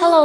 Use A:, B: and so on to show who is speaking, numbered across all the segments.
A: Hello，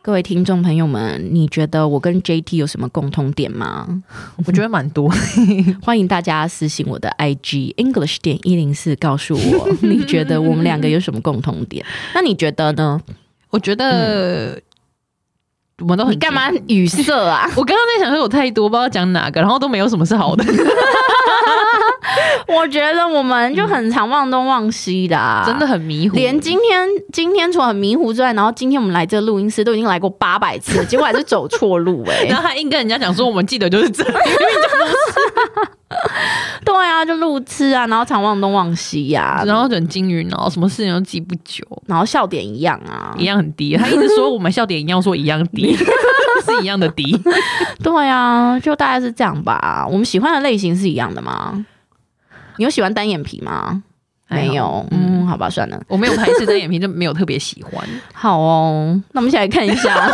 A: 各位听众朋友们，你觉得我跟 JT 有什么共通点吗？
B: 我觉得蛮多。
A: 欢迎大家私信我的 IG English 点一零四，告诉 我你觉得我们两个有什么共同点？那你觉得呢？
B: 我觉得、我们都很？
A: 你干？嘛语塞啊
B: 我刚刚在想说有太多，不知道讲哪个，然后都没有什么是好的，
A: 我觉得我们就很常忘东忘西的、啊，
B: 真的。很迷糊。
A: 连今天今天除了很迷糊之外，然后今天我们来这录音室都已经来过八百 次了，结果还是走错路哎、
B: 然后还硬跟人家讲说我们记得就是这样，
A: 对啊，就路痴啊，然后常忘东忘西呀、
B: 然后就很惊晕哦，什么事情都记不久，
A: 然后笑点一样啊
B: 一，样很低。他一直说我们笑点一样，说一样 低，是一样的低。
A: 对啊，就大概是这样吧。我们喜欢的类型是一样的吗？你有喜欢单眼皮吗？
B: 还好
A: 没有，嗯，好吧，算了，
B: 哎我没有排斥单眼皮，就没有特别喜欢。
A: 好哦。那我们一起来看一 下，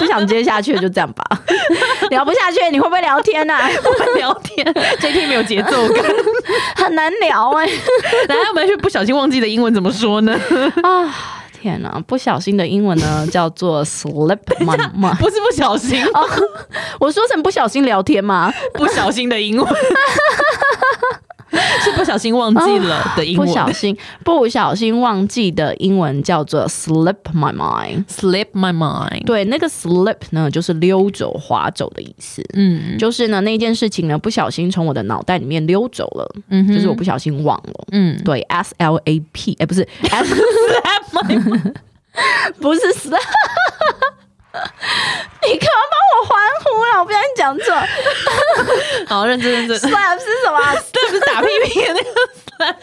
A: 不想接下去就这样吧。 聊不下去，你会不会聊天啊？
B: 我们聊天 这一天没有节奏感，
A: 很难聊哎、
B: 然后我们就不小心忘记了英文怎么说呢？
A: 啊！天哪，不小心的英文呢叫做 slip my mind。
B: 不是不小心，
A: 我说成不小心聊天吗？
B: 不小心的英文，是不小心忘记了的英
A: 不
B: 文。
A: 小心，不小心忘记的英文叫做 slip my mind。
B: slip my mind。
A: 对，那个 slip 呢，就是溜走、滑走的意思。
B: 嗯
A: 就是呢，那件事情呢，不小心从我的脑袋里面溜走了，
B: 嗯哼
A: 就是我不小心忘了。
B: 嗯
A: 对，S L A P，哎、不是 S，
B: ，slap my mind。
A: 不是 slip，你干嘛帮我欢呼了？我不小心讲错
B: 好，认真认真，这
A: ，slap 是什么啊？
B: 不是打屁屁的那个。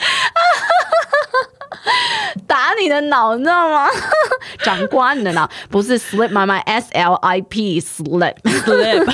A: 打你的脑，你知道吗？ 掌掴你的脑，不是 slip my mind，S L I P，slip，
B: slip，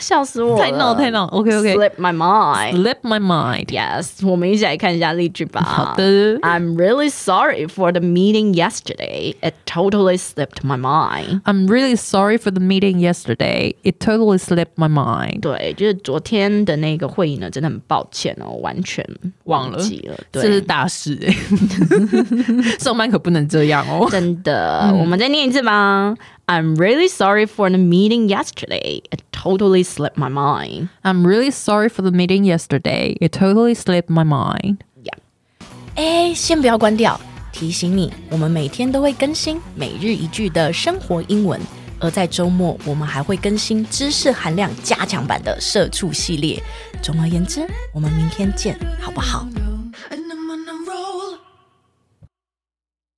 A: 笑死我了，
B: 太闹太闹，OK
A: ，slip
B: OK，slip
A: my mind。
B: my mind，
A: Yes，我们一起来看一下例句吧。
B: 好的
A: I'm really sorry for the meeting yesterday. It totally slipped my mind.
B: I'm really sorry for the meeting yesterday. It totally slipped my mind.
A: 对，就是昨天的那个会议呢，真的很抱歉哦，完全
B: 忘了
A: 记了。
B: 这是
A: 对，
B: 大事 哎、上班可不能这样 哦。
A: 真的，我们再念一次吧。I'm really sorry for the meeting yesterday. It totally slipped my mind.
B: I'm really sorry for the meeting yesterday. It totally slipped my mind.
A: 哎，先不要关掉，提醒你，我们每天都会更新每日一句的生活英文，而在周末我们还会更新知识含量加强版的社畜系列。总而言之，我们明天见，好不好？